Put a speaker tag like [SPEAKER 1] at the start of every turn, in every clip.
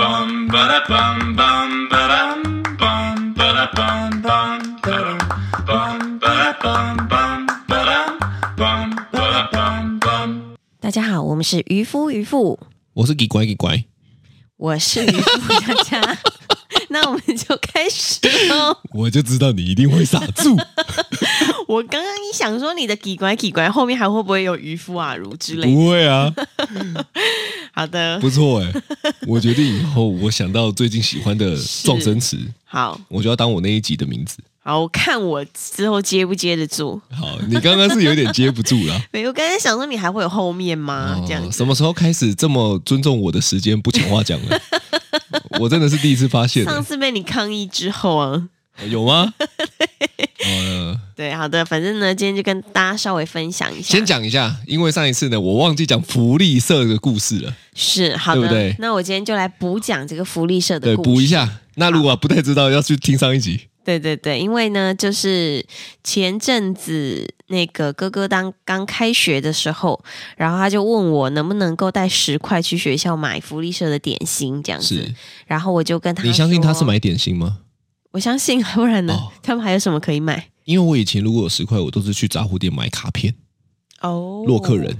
[SPEAKER 1] bum ba da bum bum ba dum bum ba da bum bum ba dum bum ba da bum bum ba dum bum ba da bum bum.
[SPEAKER 2] 大家好，我们是渔夫渔妇，
[SPEAKER 3] 我是给乖给乖，
[SPEAKER 2] 我是渔夫佳 佳。那我们就开始喽。
[SPEAKER 3] 我就知道你一定会傻住。
[SPEAKER 2] 我刚刚一想说你的“奇怪奇怪”后面还会不会有渔夫啊如之类的？
[SPEAKER 3] 不会啊，
[SPEAKER 2] 好的，
[SPEAKER 3] 不错哎、我决定以后我想到最近喜欢的撞声词，
[SPEAKER 2] 好
[SPEAKER 3] 我就要当我那一集的名字。
[SPEAKER 2] 好，我看我之后接不接得住。
[SPEAKER 3] 好，你刚刚是有点接不住啦。
[SPEAKER 2] 没有，我刚才想说你还会有后面吗？这样
[SPEAKER 3] 哦
[SPEAKER 2] 子
[SPEAKER 3] 什么时候开始这么尊重我的时间不抢话讲了？我真的是第一次发现、
[SPEAKER 2] 上次被你抗议之后啊，
[SPEAKER 3] 有吗？呃，
[SPEAKER 2] 对，好的，反正呢，今天就跟大家稍微分享一下。
[SPEAKER 3] 先讲一下，因为上一次呢，我忘记讲福利社的故事了。
[SPEAKER 2] 是好
[SPEAKER 3] 对
[SPEAKER 2] 的，
[SPEAKER 3] 不对
[SPEAKER 2] 那我今天就来补讲这个福利社的
[SPEAKER 3] 对，
[SPEAKER 2] 故事。
[SPEAKER 3] 补一下。那如果不太知道，要去听上一集。
[SPEAKER 2] 对对对，因为呢，就是前阵子那个哥哥当刚开学的时候，然后他就问我能不能够带十块去学校买福利社的点心这样子
[SPEAKER 3] 是，
[SPEAKER 2] 然后我就跟他
[SPEAKER 3] 你相信他是
[SPEAKER 2] 说？
[SPEAKER 3] 买点心吗？
[SPEAKER 2] 我相信， 不然呢，
[SPEAKER 3] 哦
[SPEAKER 2] 他们还有什么可以买？
[SPEAKER 3] 因为我以前如果有十块，我都是去杂货店买卡片，
[SPEAKER 2] 哦，
[SPEAKER 3] 洛克人、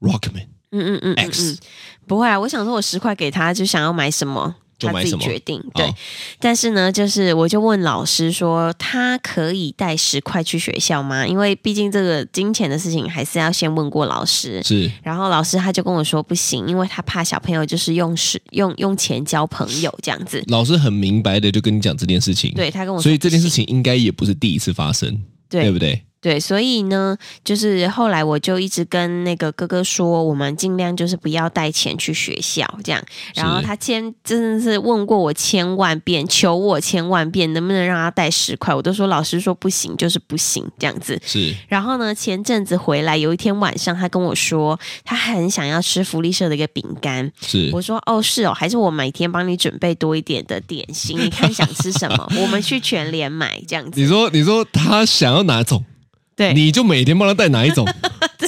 [SPEAKER 3] Rockman
[SPEAKER 2] 嗯嗯嗯嗯
[SPEAKER 3] X
[SPEAKER 2] 嗯，不会啊，我想说我十块给他，就想要买什么。
[SPEAKER 3] 就
[SPEAKER 2] 他
[SPEAKER 3] 买
[SPEAKER 2] 自己
[SPEAKER 3] 什么
[SPEAKER 2] 决定嗯对
[SPEAKER 3] 哦，
[SPEAKER 2] 但是呢，就是我就问老师说，他可以带十块去学校吗？因为毕竟这个金钱的事情还是要先问过老师。
[SPEAKER 3] 是
[SPEAKER 2] 然后老师他就跟我说不行，因为他怕小朋友就是用是用用钱交朋友这样子。
[SPEAKER 3] 老师很明白的就跟你讲这件事情，，
[SPEAKER 2] 对他跟我说不行，
[SPEAKER 3] 所以这件事情应该也不是第一次发生，
[SPEAKER 2] 对
[SPEAKER 3] 不对？
[SPEAKER 2] 对，所以呢，就是后来我就一直跟那个哥哥说，我们尽量就是不要带钱去学校这样。然后
[SPEAKER 3] 是
[SPEAKER 2] 他千真的是问过我千万遍，求我千万遍，能不能让他带十块？我都说老师说不行，就是不行这样子。
[SPEAKER 3] 是
[SPEAKER 2] 然后呢，前阵子回来，有一天晚上，他跟我说，他很想要吃福利社的一个饼干。
[SPEAKER 3] 是
[SPEAKER 2] 我说哦，是哦，还是我每天帮你准备多一点的点心，你看想吃什 么，我们去全联买这样子。
[SPEAKER 3] 你说，你说他想要哪种，
[SPEAKER 2] 对，
[SPEAKER 3] 你就每天帮他带哪 一种，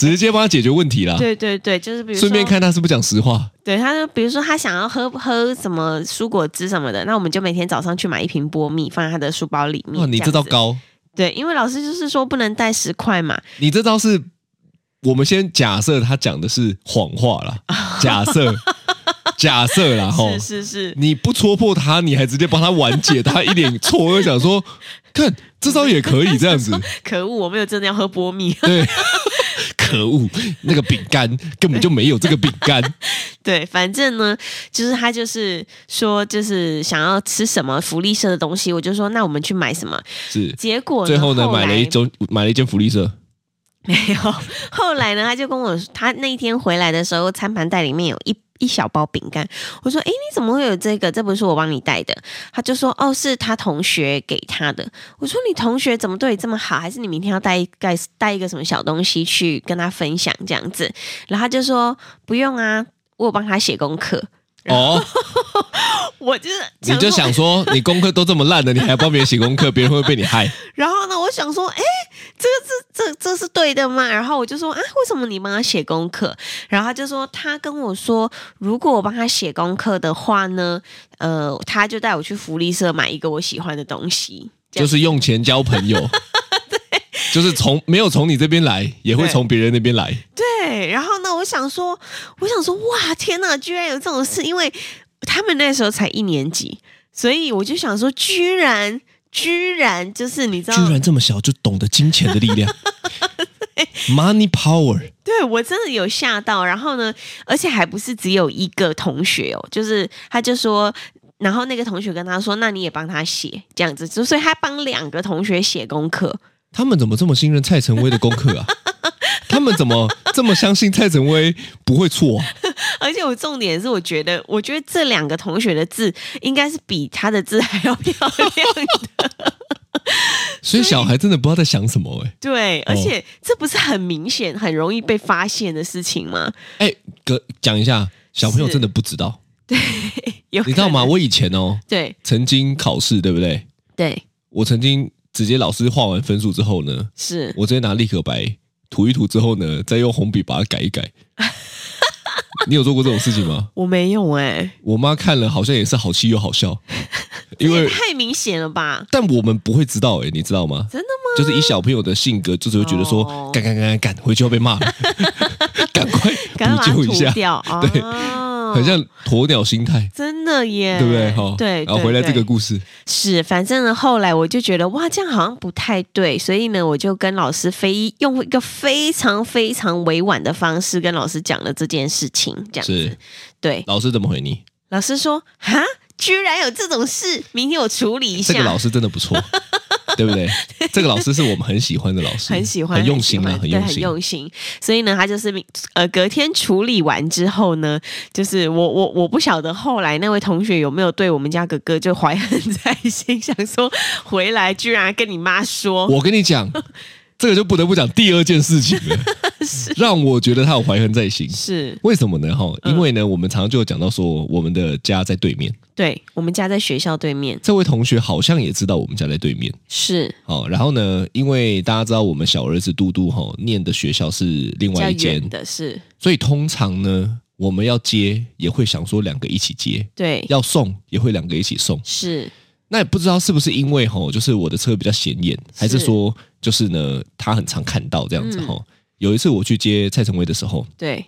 [SPEAKER 3] 直接帮他解决问题啦。
[SPEAKER 2] 对对对，就是比如说
[SPEAKER 3] 顺便看他是不是讲实话，
[SPEAKER 2] 对，他就比如说他想要喝喝什么蔬果汁什么的，那我们就每天早上去买一瓶波蜜，放在他的书包里面。
[SPEAKER 3] 哇，哦你
[SPEAKER 2] 样
[SPEAKER 3] 这招
[SPEAKER 2] 子。
[SPEAKER 3] 高，
[SPEAKER 2] 对，因为老师就是说不能带十块嘛。
[SPEAKER 3] 你这招是，我们先假设他讲的是谎话 啦，假设，假设啦，吼，
[SPEAKER 2] 是是是，
[SPEAKER 3] 你不戳破他，你还直接帮他完结，他一脸错愕，想说，看这招也 可以这样子，
[SPEAKER 2] 可恶，我没有真的要喝波蜜。
[SPEAKER 3] 对， 可恶，那个饼干根本就没有这个饼干，
[SPEAKER 2] 对，反正呢，就是他就是说就是想要吃什么福利社的东西，我就说那我们去买什么。
[SPEAKER 3] 是。
[SPEAKER 2] 结果
[SPEAKER 3] 最后呢，
[SPEAKER 2] 后来
[SPEAKER 3] 买了一周，买了一间福利社，
[SPEAKER 2] 没有。后来呢，他就跟我，他那一天回来的时候，餐盘袋里面有一一小包饼干。我说：“诶，你怎么会有这个？这不是我帮你带的。”他就说：“哦，是他同学给他的。”我说：“你同学怎么对你这么好？还是你明天要带一带带一个什么小东西去跟他分享这样子？”然后他就说：“不用啊，我有帮他写功课。
[SPEAKER 3] 哦，”
[SPEAKER 2] 我就是
[SPEAKER 3] 你就
[SPEAKER 2] 说
[SPEAKER 3] 想说，你功课都这么烂了，你还要帮别人写功课，别人会被你害。
[SPEAKER 2] 然后呢，我想说，哎，这个是这这是对的吗？然后我就说啊，为什么你帮他写功课？然后他就说，他跟我说，如果我帮他写功课的话呢，呃，他就带我去福利社买一个我喜欢的东西。这
[SPEAKER 3] 就
[SPEAKER 2] 样
[SPEAKER 3] 是用钱交朋友，就是从没有从你这边来，也会
[SPEAKER 2] 对
[SPEAKER 3] 从别人那边来。
[SPEAKER 2] 对，然后呢，我想说，我想说，哇，天哪，居然有这种事！因为他们那时候才一年级，所以我就想说，居然。居然就是你知道，
[SPEAKER 3] 居然这么小就懂得金钱的力量，money power，
[SPEAKER 2] 对我真的有吓到，然后呢，而且还不是只有一个同学哦，就是他就说，然后那个同学跟他说，那你也帮他写这样子，就所以他帮两个同学写功课，
[SPEAKER 3] 他们怎么这么信任蔡成威的功课啊？他们怎么这么相信蔡成威不会错啊？
[SPEAKER 2] 而且我重点是，我觉得，我觉得这两个同学的字应该是比他的字还要漂亮的，
[SPEAKER 3] 所以小孩真的不知道在想什么哎、
[SPEAKER 2] 对，而且这不是很明显、很容易被发现的事情吗？
[SPEAKER 3] 哎、哥讲一下，小朋友
[SPEAKER 2] 是
[SPEAKER 3] 真的不知道，
[SPEAKER 2] 有
[SPEAKER 3] 你知道 吗？
[SPEAKER 2] 可能
[SPEAKER 3] 我以前哦，
[SPEAKER 2] 对
[SPEAKER 3] 曾经考试对不对？
[SPEAKER 2] 对
[SPEAKER 3] 我曾经直接老师画完分数之后呢，
[SPEAKER 2] 是，
[SPEAKER 3] 我直接拿立可白涂一涂之后呢，再用红笔把它改一改。你有做过这种事情吗？
[SPEAKER 2] 我没有哎、
[SPEAKER 3] 我妈看了好像也是好气又好笑，
[SPEAKER 2] 这
[SPEAKER 3] 因
[SPEAKER 2] 也
[SPEAKER 3] 为
[SPEAKER 2] 太明显了吧？
[SPEAKER 3] 但我们不会知道哎、你知道吗？
[SPEAKER 2] 真的吗？
[SPEAKER 3] 就是以小朋友的性格，就只会觉得说
[SPEAKER 2] 哦
[SPEAKER 3] 赶赶赶赶赶回去要被骂了，赶快
[SPEAKER 2] 赶快把
[SPEAKER 3] 补
[SPEAKER 2] 它
[SPEAKER 3] 救一下
[SPEAKER 2] 涂，掉，
[SPEAKER 3] 对
[SPEAKER 2] 哦、
[SPEAKER 3] 很像鸵鸟心态，
[SPEAKER 2] 真的耶，
[SPEAKER 3] 对不对？哈，
[SPEAKER 2] 对，
[SPEAKER 3] 然后
[SPEAKER 2] 对
[SPEAKER 3] 回来这
[SPEAKER 2] 对
[SPEAKER 3] 个故事，
[SPEAKER 2] 是，反正呢，后来我就觉得哇，这样好像不太对，所以呢，我就跟老师非用一个非常非常委婉的方式跟老师讲了这件事情，这样
[SPEAKER 3] 是
[SPEAKER 2] 子。对，
[SPEAKER 3] 老师怎么回你？
[SPEAKER 2] 老师说哈，居然有这种事，明天我处理一下。
[SPEAKER 3] 这个老师真的不错，对不对？这个老师是我们很喜欢的老师，
[SPEAKER 2] 很喜欢，
[SPEAKER 3] 很用心
[SPEAKER 2] 喜
[SPEAKER 3] 啊，
[SPEAKER 2] 欢
[SPEAKER 3] 很
[SPEAKER 2] 对
[SPEAKER 3] 用
[SPEAKER 2] 很
[SPEAKER 3] 心。
[SPEAKER 2] 用心。所以呢，他就是呃，隔天处理完之后呢，就是我我我不晓得后来那位同学有没有对我们家哥哥就怀恨在心，想说回来居然跟你妈说，
[SPEAKER 3] 我跟你讲，这个就不得不讲第二件事情了，让我觉得他有怀恨在心。
[SPEAKER 2] 是
[SPEAKER 3] 为什么呢？哈，因为呢，我们常常就有讲到说，我们的家在对面。
[SPEAKER 2] 对我们家在学校对面，
[SPEAKER 3] 这位同学好像也知道我们家在对面。
[SPEAKER 2] 是
[SPEAKER 3] 哦，然后呢，因为大家知道我们小儿子嘟嘟哈、念的学校是另
[SPEAKER 2] 比较
[SPEAKER 3] 外一
[SPEAKER 2] 远
[SPEAKER 3] 间，
[SPEAKER 2] 的是，
[SPEAKER 3] 所以通常呢，我们要接也会想说两个一 起接，
[SPEAKER 2] 对，
[SPEAKER 3] 要送也会两个一起送。
[SPEAKER 2] 是
[SPEAKER 3] 那也不知道是不是因为吼，就是我的车比较显眼，还是说就是呢，他很常看到这样子
[SPEAKER 2] 嗯
[SPEAKER 3] 吼。有一次我去接蔡成威的时候，
[SPEAKER 2] 对，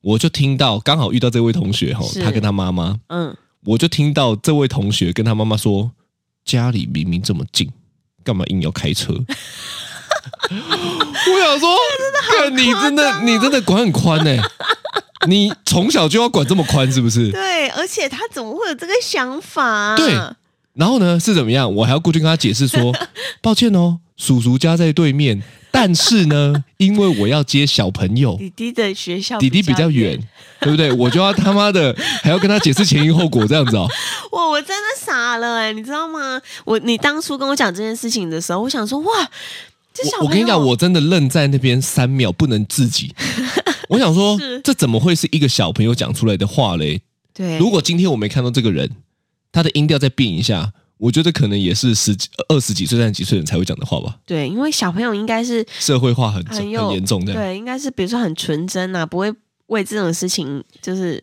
[SPEAKER 3] 我就听到刚好遇到这位同学吼，
[SPEAKER 2] 是
[SPEAKER 3] 他跟他妈妈，
[SPEAKER 2] 嗯，
[SPEAKER 3] 我就听到这位同学跟他妈妈说，家里明明这么近，干嘛硬要开车？ 我想说，干你真的你真的管很宽呢、你从小就要管这么宽是不是？
[SPEAKER 2] 对，而且他怎么会有这个想法、啊
[SPEAKER 3] 对然后呢是怎么样？我还要过去跟他解释 说，抱歉哦，叔叔家在对面，但是 呢，因为我要接小朋友，
[SPEAKER 2] 弟弟的学校
[SPEAKER 3] 弟弟比较远，对不对？我就要他妈的还要跟他解释前因后果这样子哦。
[SPEAKER 2] 我我真的傻了哎、你知道吗？我你当初跟我讲这件事情的时候，我想说哇，这小
[SPEAKER 3] 我我跟你讲，
[SPEAKER 2] 朋友
[SPEAKER 3] 我真的愣在那边三秒，不能 自己。我想说
[SPEAKER 2] 是，
[SPEAKER 3] 这怎么会是一个小朋友讲出来的话嘞？
[SPEAKER 2] 对，
[SPEAKER 3] 如果今天我没看到这个人，他的音调再变一下，我觉得可能也是十几、二十几岁、三十几岁人才会讲的话吧。
[SPEAKER 2] 对，因为小朋友应该是
[SPEAKER 3] 社会化很重
[SPEAKER 2] 很有
[SPEAKER 3] 很严重这样。
[SPEAKER 2] 对，应该是比如说很纯真啊，不会为这种事情就是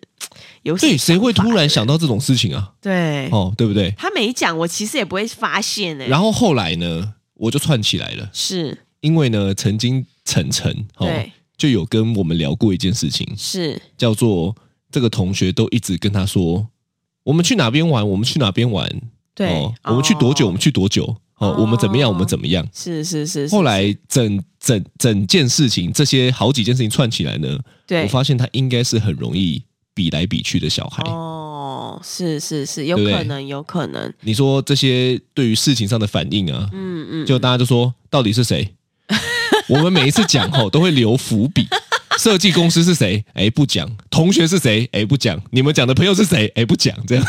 [SPEAKER 2] 有什么
[SPEAKER 3] 对，谁会
[SPEAKER 2] 想法
[SPEAKER 3] 突然想到这种事情啊？
[SPEAKER 2] 对、
[SPEAKER 3] 哦，对不对？
[SPEAKER 2] 他没讲，我其实也不会发现哎、
[SPEAKER 3] 然后后来呢，我就串起来了，
[SPEAKER 2] 是
[SPEAKER 3] 因为呢，曾经晨晨哦
[SPEAKER 2] 对
[SPEAKER 3] 就有跟我们聊过一件事情，
[SPEAKER 2] 是
[SPEAKER 3] 叫做这个同学都一直跟他说，我们去哪边玩，我们去哪边玩，
[SPEAKER 2] 对、
[SPEAKER 3] 哦，我们去多久，我们去多久，哦
[SPEAKER 2] 哦，
[SPEAKER 3] 我们怎么样，我们怎么样。
[SPEAKER 2] 是是是是
[SPEAKER 3] 后来整整整件事情，这些好几件事情串起来呢，
[SPEAKER 2] 对
[SPEAKER 3] 我发现他应该是很容易比来比去的小孩。
[SPEAKER 2] 哦，是是是，有
[SPEAKER 3] 对不对
[SPEAKER 2] 可能有可能，
[SPEAKER 3] 你说这些对于事情上的反应啊，
[SPEAKER 2] 嗯嗯，
[SPEAKER 3] 就大家就说到底是 谁？我们每一次讲吼都会留伏笔。设计公司是谁？哎，不讲。同学是谁？哎，不讲。你们讲的朋友是谁？哎，不讲。这样。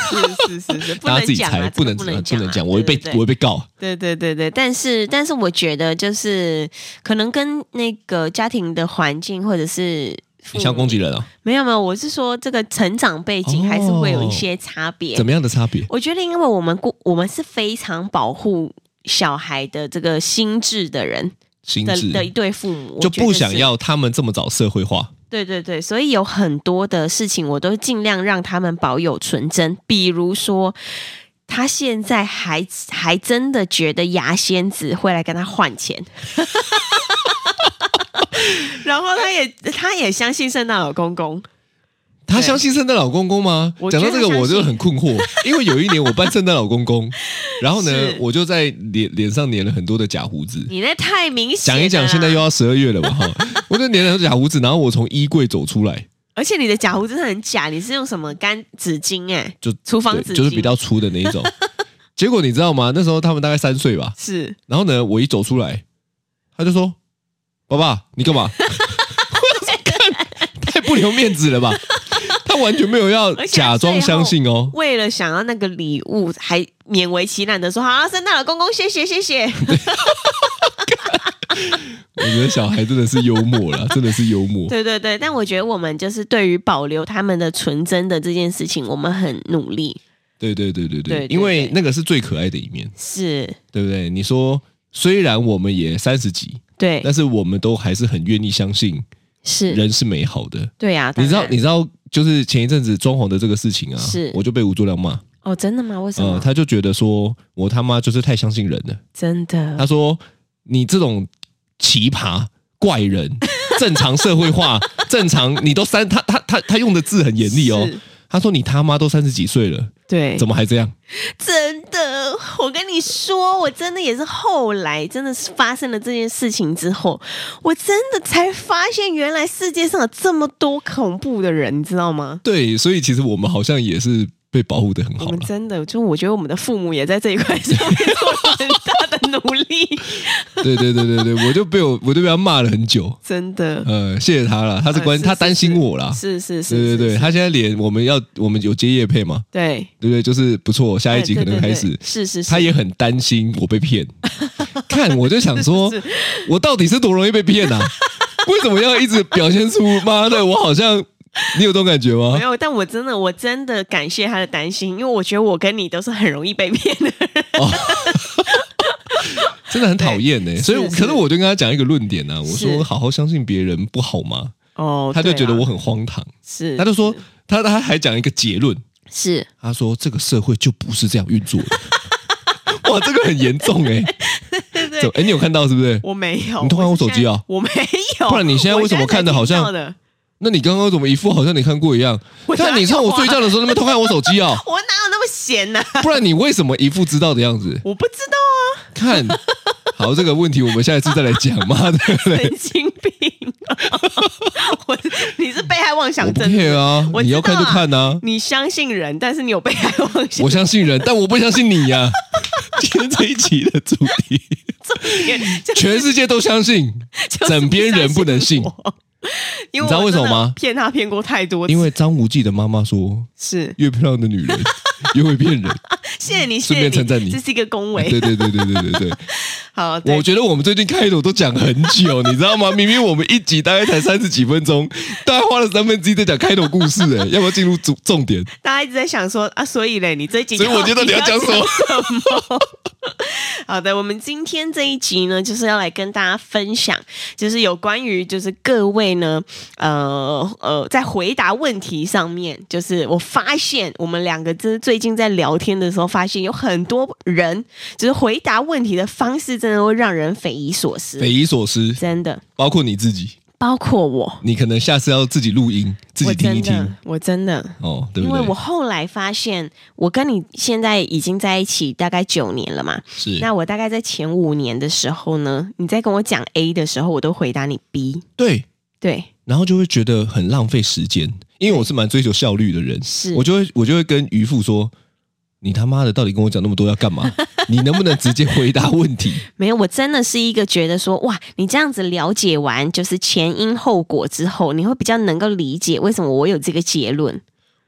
[SPEAKER 2] 是是 是是，不
[SPEAKER 3] 大家
[SPEAKER 2] 能
[SPEAKER 3] 自己
[SPEAKER 2] 讲
[SPEAKER 3] 猜
[SPEAKER 2] 啊，，
[SPEAKER 3] 不
[SPEAKER 2] 这
[SPEAKER 3] 能
[SPEAKER 2] 个不
[SPEAKER 3] 讲，
[SPEAKER 2] 能
[SPEAKER 3] 不能讲，
[SPEAKER 2] 啊
[SPEAKER 3] 我会被
[SPEAKER 2] 对对
[SPEAKER 3] 我
[SPEAKER 2] 对
[SPEAKER 3] 会被告。
[SPEAKER 2] 对对对对，但是但是我觉得就是可能跟那个家庭的环境或者是父
[SPEAKER 3] 你像
[SPEAKER 2] 母
[SPEAKER 3] 攻击人啊？
[SPEAKER 2] 没有没有，我是说这个成长背景还是会有一些差别。
[SPEAKER 3] 哦怎么样的差别？
[SPEAKER 2] 嗯我觉得因为我们过我们是非常保护小孩的这个心智的人
[SPEAKER 3] 心
[SPEAKER 2] 的
[SPEAKER 3] 智
[SPEAKER 2] 的一对父母，我
[SPEAKER 3] 就
[SPEAKER 2] 觉得
[SPEAKER 3] 不想
[SPEAKER 2] 是
[SPEAKER 3] 要他们这么早社会化。
[SPEAKER 2] 对对对，所以有很多的事情，我都尽量让他们保有纯真。比如说，他现在还还真的觉得牙仙子会来跟他换钱， 然后他也他也相信圣诞老公公。
[SPEAKER 3] 她相信圣诞老公公吗
[SPEAKER 2] 我？觉得
[SPEAKER 3] 讲到这个，
[SPEAKER 2] 她相
[SPEAKER 3] 我就
[SPEAKER 2] 信
[SPEAKER 3] 很 困惑，因为有一年我扮圣诞老公公，然后呢
[SPEAKER 2] 是，
[SPEAKER 3] 我就在脸脸上粘了很多的假胡子。
[SPEAKER 2] 你那啊太明显
[SPEAKER 3] 讲
[SPEAKER 2] 了啦
[SPEAKER 3] 一讲，现在又，要十二月了嘛哈，我就粘了很多假胡子，然后我从衣柜走出来，
[SPEAKER 2] 而且你的假胡真的很假，你是用什么干纸巾、哎，
[SPEAKER 3] 就
[SPEAKER 2] 厨房
[SPEAKER 3] 对
[SPEAKER 2] 纸巾
[SPEAKER 3] 就是比较粗的那一 种。结果你知道吗？那时候他们大概三岁吧，
[SPEAKER 2] 是
[SPEAKER 3] 然后呢，我一走出来，他就说：“爸爸，你干嘛？”我想说干 太不留面子了吧？ 他完全没有要
[SPEAKER 2] 而且他
[SPEAKER 3] 假装相信哦。
[SPEAKER 2] 为了想要那个礼物，还勉为其难的说：“好、啊，圣诞老公公，谢谢谢谢。”
[SPEAKER 3] 我觉得小孩真的是幽默 啦，真的是幽默。
[SPEAKER 2] 对对对，但我觉得我们就是对于保留他们的纯真的这件事情，我们很努力。
[SPEAKER 3] 对对对对
[SPEAKER 2] 对对
[SPEAKER 3] 对，因为那个是最可爱的一面，
[SPEAKER 2] 是，
[SPEAKER 3] 对不对？你说，虽然我们也三十几，
[SPEAKER 2] 对，
[SPEAKER 3] 但是我们都还是很愿意相信
[SPEAKER 2] 是，
[SPEAKER 3] 人是美好的。
[SPEAKER 2] 对呀、啊。
[SPEAKER 3] 你知道，
[SPEAKER 2] 当然
[SPEAKER 3] 你知道就是前一阵子装潢的这个事情啊，
[SPEAKER 2] 是
[SPEAKER 3] 我就被吴作良骂，
[SPEAKER 2] 哦，真的吗？为什么？
[SPEAKER 3] 呃，他就觉得说我他妈就是太相信人了。
[SPEAKER 2] 真的
[SPEAKER 3] 他说你这种奇葩怪人，正常社会化，正常你都三，他他他他用的字很严厉哦
[SPEAKER 2] 是。
[SPEAKER 3] 他说你他妈都三十几岁了，
[SPEAKER 2] 对，
[SPEAKER 3] 怎么还这样？
[SPEAKER 2] 真的，我跟你说，我真的也是后来，真的是发生了这件事情之后，我真的才发现，原来世界上有这么多恐怖的人，你知道吗？
[SPEAKER 3] 对，所以其实我们好像也是被保护的很
[SPEAKER 2] 我
[SPEAKER 3] 好
[SPEAKER 2] 们
[SPEAKER 3] 了。
[SPEAKER 2] 真的，就我觉得我们的父母也在这一块上面 做了很大的努力，
[SPEAKER 3] 对对对对对，我就被我我就被他骂了很久。
[SPEAKER 2] 真的
[SPEAKER 3] 呃，谢谢他了，他是
[SPEAKER 2] 呃
[SPEAKER 3] 关、
[SPEAKER 2] 是
[SPEAKER 3] 他
[SPEAKER 2] 是
[SPEAKER 3] 担心我啦。
[SPEAKER 2] 是是是，
[SPEAKER 3] 啊对对对，
[SPEAKER 2] 是
[SPEAKER 3] 他现在连我们要我们有接业配嘛，
[SPEAKER 2] 对，
[SPEAKER 3] 对不对？就是不错，下一集可
[SPEAKER 2] 哎对
[SPEAKER 3] 能
[SPEAKER 2] 对对
[SPEAKER 3] 开始。
[SPEAKER 2] 是是是，
[SPEAKER 3] 他也很担心我被骗。 看，我就想说
[SPEAKER 2] 是是，
[SPEAKER 3] 我到底是多容易被骗啊？为什么要一直表现出妈的我好像？你有这种感觉吗
[SPEAKER 2] 没？有，但我真的我真的感谢他的担心，因为我觉得我跟你都是很容易被骗 的人，
[SPEAKER 3] 真的很讨厌呢。
[SPEAKER 2] 是
[SPEAKER 3] 所以，可
[SPEAKER 2] 是
[SPEAKER 3] 是我就跟他讲一个论点啊，我
[SPEAKER 2] 是
[SPEAKER 3] 说好好相信别人不好吗？
[SPEAKER 2] 哦，
[SPEAKER 3] 他就
[SPEAKER 2] 对
[SPEAKER 3] 觉得
[SPEAKER 2] 啦
[SPEAKER 3] 我很荒唐，
[SPEAKER 2] 是，
[SPEAKER 3] 他就说他他还讲一个结论，
[SPEAKER 2] 是
[SPEAKER 3] 他说这个社会就不是这样运作 的。哇，这个很严重哎、
[SPEAKER 2] 对对
[SPEAKER 3] 怎么哎、你有看到是不是？
[SPEAKER 2] 我没有，
[SPEAKER 3] 你偷看我手机啊
[SPEAKER 2] 我是现在我没有，
[SPEAKER 3] 不然你现在为什么
[SPEAKER 2] 我
[SPEAKER 3] 看得好像
[SPEAKER 2] 才听到的？
[SPEAKER 3] 那你刚刚怎么一副好像你看过一样
[SPEAKER 2] 我？哪
[SPEAKER 3] 看你趁我睡觉的时候那边偷看我手机啊、
[SPEAKER 2] 我哪有那么闲呢、
[SPEAKER 3] 不然你为什么一副知道的样子？
[SPEAKER 2] 我不知道啊，
[SPEAKER 3] 看好这个问题，我们下一次再来讲。 妈的，
[SPEAKER 2] 神经病！啊 我你是被害妄
[SPEAKER 3] 我
[SPEAKER 2] 想
[SPEAKER 3] 不
[SPEAKER 2] 症，
[SPEAKER 3] care 啊，
[SPEAKER 2] 我知道啊
[SPEAKER 3] 你要看就看啊。
[SPEAKER 2] 你相信人，但是你有被害妄想
[SPEAKER 3] 我相信人，但我不相信你呀、 今天这一期的主题，
[SPEAKER 2] 症，就是
[SPEAKER 3] 全世界都相信，
[SPEAKER 2] 就是
[SPEAKER 3] 枕边人不能信
[SPEAKER 2] 我。因
[SPEAKER 3] 你知道
[SPEAKER 2] 我
[SPEAKER 3] 为什么
[SPEAKER 2] 真的
[SPEAKER 3] 吗
[SPEAKER 2] 骗他骗过太多次，
[SPEAKER 3] 因为张无忌的妈妈说，
[SPEAKER 2] 是
[SPEAKER 3] 越漂亮的女人 越会骗人。
[SPEAKER 2] 谢谢你，谢
[SPEAKER 3] 顺
[SPEAKER 2] 谢
[SPEAKER 3] 便称赞
[SPEAKER 2] 你，
[SPEAKER 3] 你
[SPEAKER 2] 这是一个恭维。
[SPEAKER 3] 对对对对对对 对，
[SPEAKER 2] 好，对
[SPEAKER 3] 我觉得我们最近开头都讲很久，你知道吗？明明我们一集大概才三十几分钟，大概花了三分之一在讲开头故事、哎，要不要进入主重点？
[SPEAKER 2] 大家一直在想说啊，所以嘞，你这一集
[SPEAKER 3] 所以我觉得你要
[SPEAKER 2] 到
[SPEAKER 3] 讲
[SPEAKER 2] 底
[SPEAKER 3] 什么
[SPEAKER 2] 要讲什么 好的，我们今天这一集呢，就是要来跟大家分享，就是有关于就是各位呢，呃呃，在回答问题上面，就是我发现我们两个就是最近在聊天的时候，发现有很多人就是回答问题的方式，真的会让人匪夷所思
[SPEAKER 3] 匪，夷所思，
[SPEAKER 2] 真的，
[SPEAKER 3] 包括你自己，
[SPEAKER 2] 包括我，
[SPEAKER 3] 你可能下次要自己录音，自
[SPEAKER 2] 我
[SPEAKER 3] 己听一
[SPEAKER 2] 真的
[SPEAKER 3] 听，
[SPEAKER 2] 我真的，
[SPEAKER 3] 哦，对
[SPEAKER 2] 因
[SPEAKER 3] 不
[SPEAKER 2] 为
[SPEAKER 3] 对？
[SPEAKER 2] 我后来发现，我跟你现在已经在一起大概九年了嘛。
[SPEAKER 3] 是
[SPEAKER 2] 那我大概在前五年的时候呢，你在跟我讲 A 的时候，我都回答你 B。
[SPEAKER 3] 对，
[SPEAKER 2] 对，
[SPEAKER 3] 然后就会觉得很浪费时间，因为我是蛮追求效率的人，
[SPEAKER 2] 是
[SPEAKER 3] 我就会我就会跟渔夫说。你他妈的到底跟我讲那么多要 干嘛？你能不能直接回答问题？
[SPEAKER 2] 没有，我真的是一个觉得说，哇，你这样子了解完就是前因后果之后，你会比较能够理解为什么我有这个结论。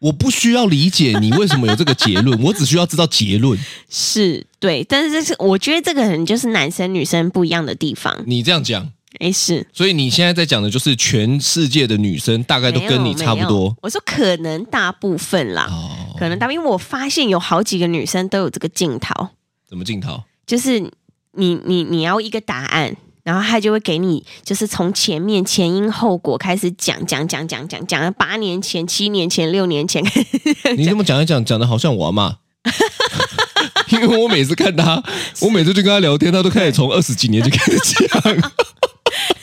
[SPEAKER 3] 我不需要理解你为什么有这个结论，我只需要知道结论。
[SPEAKER 2] 是对，但是这是我觉得这个人就是男生女生不一样的地方。
[SPEAKER 3] 你这样讲，
[SPEAKER 2] 哎，是
[SPEAKER 3] 所以你现在在讲的就是全世界的女生大概都跟你差
[SPEAKER 2] 没有
[SPEAKER 3] 不。
[SPEAKER 2] 没有
[SPEAKER 3] 多
[SPEAKER 2] 我说可能大部分啦。
[SPEAKER 3] 哦。
[SPEAKER 2] 可能他们因为我发现有好几个女生都有这个镜头，
[SPEAKER 3] 怎么镜头？
[SPEAKER 2] 就是你你你要一个答案，然后他就会给你，就是从前面前因后果开始讲讲讲讲讲讲，讲八年前、七年前、六年前，
[SPEAKER 3] 你这么讲一讲，讲的好像我阿妈。 因为我每次看她，我每次就跟她聊天，她都开始从二十几年就开始讲。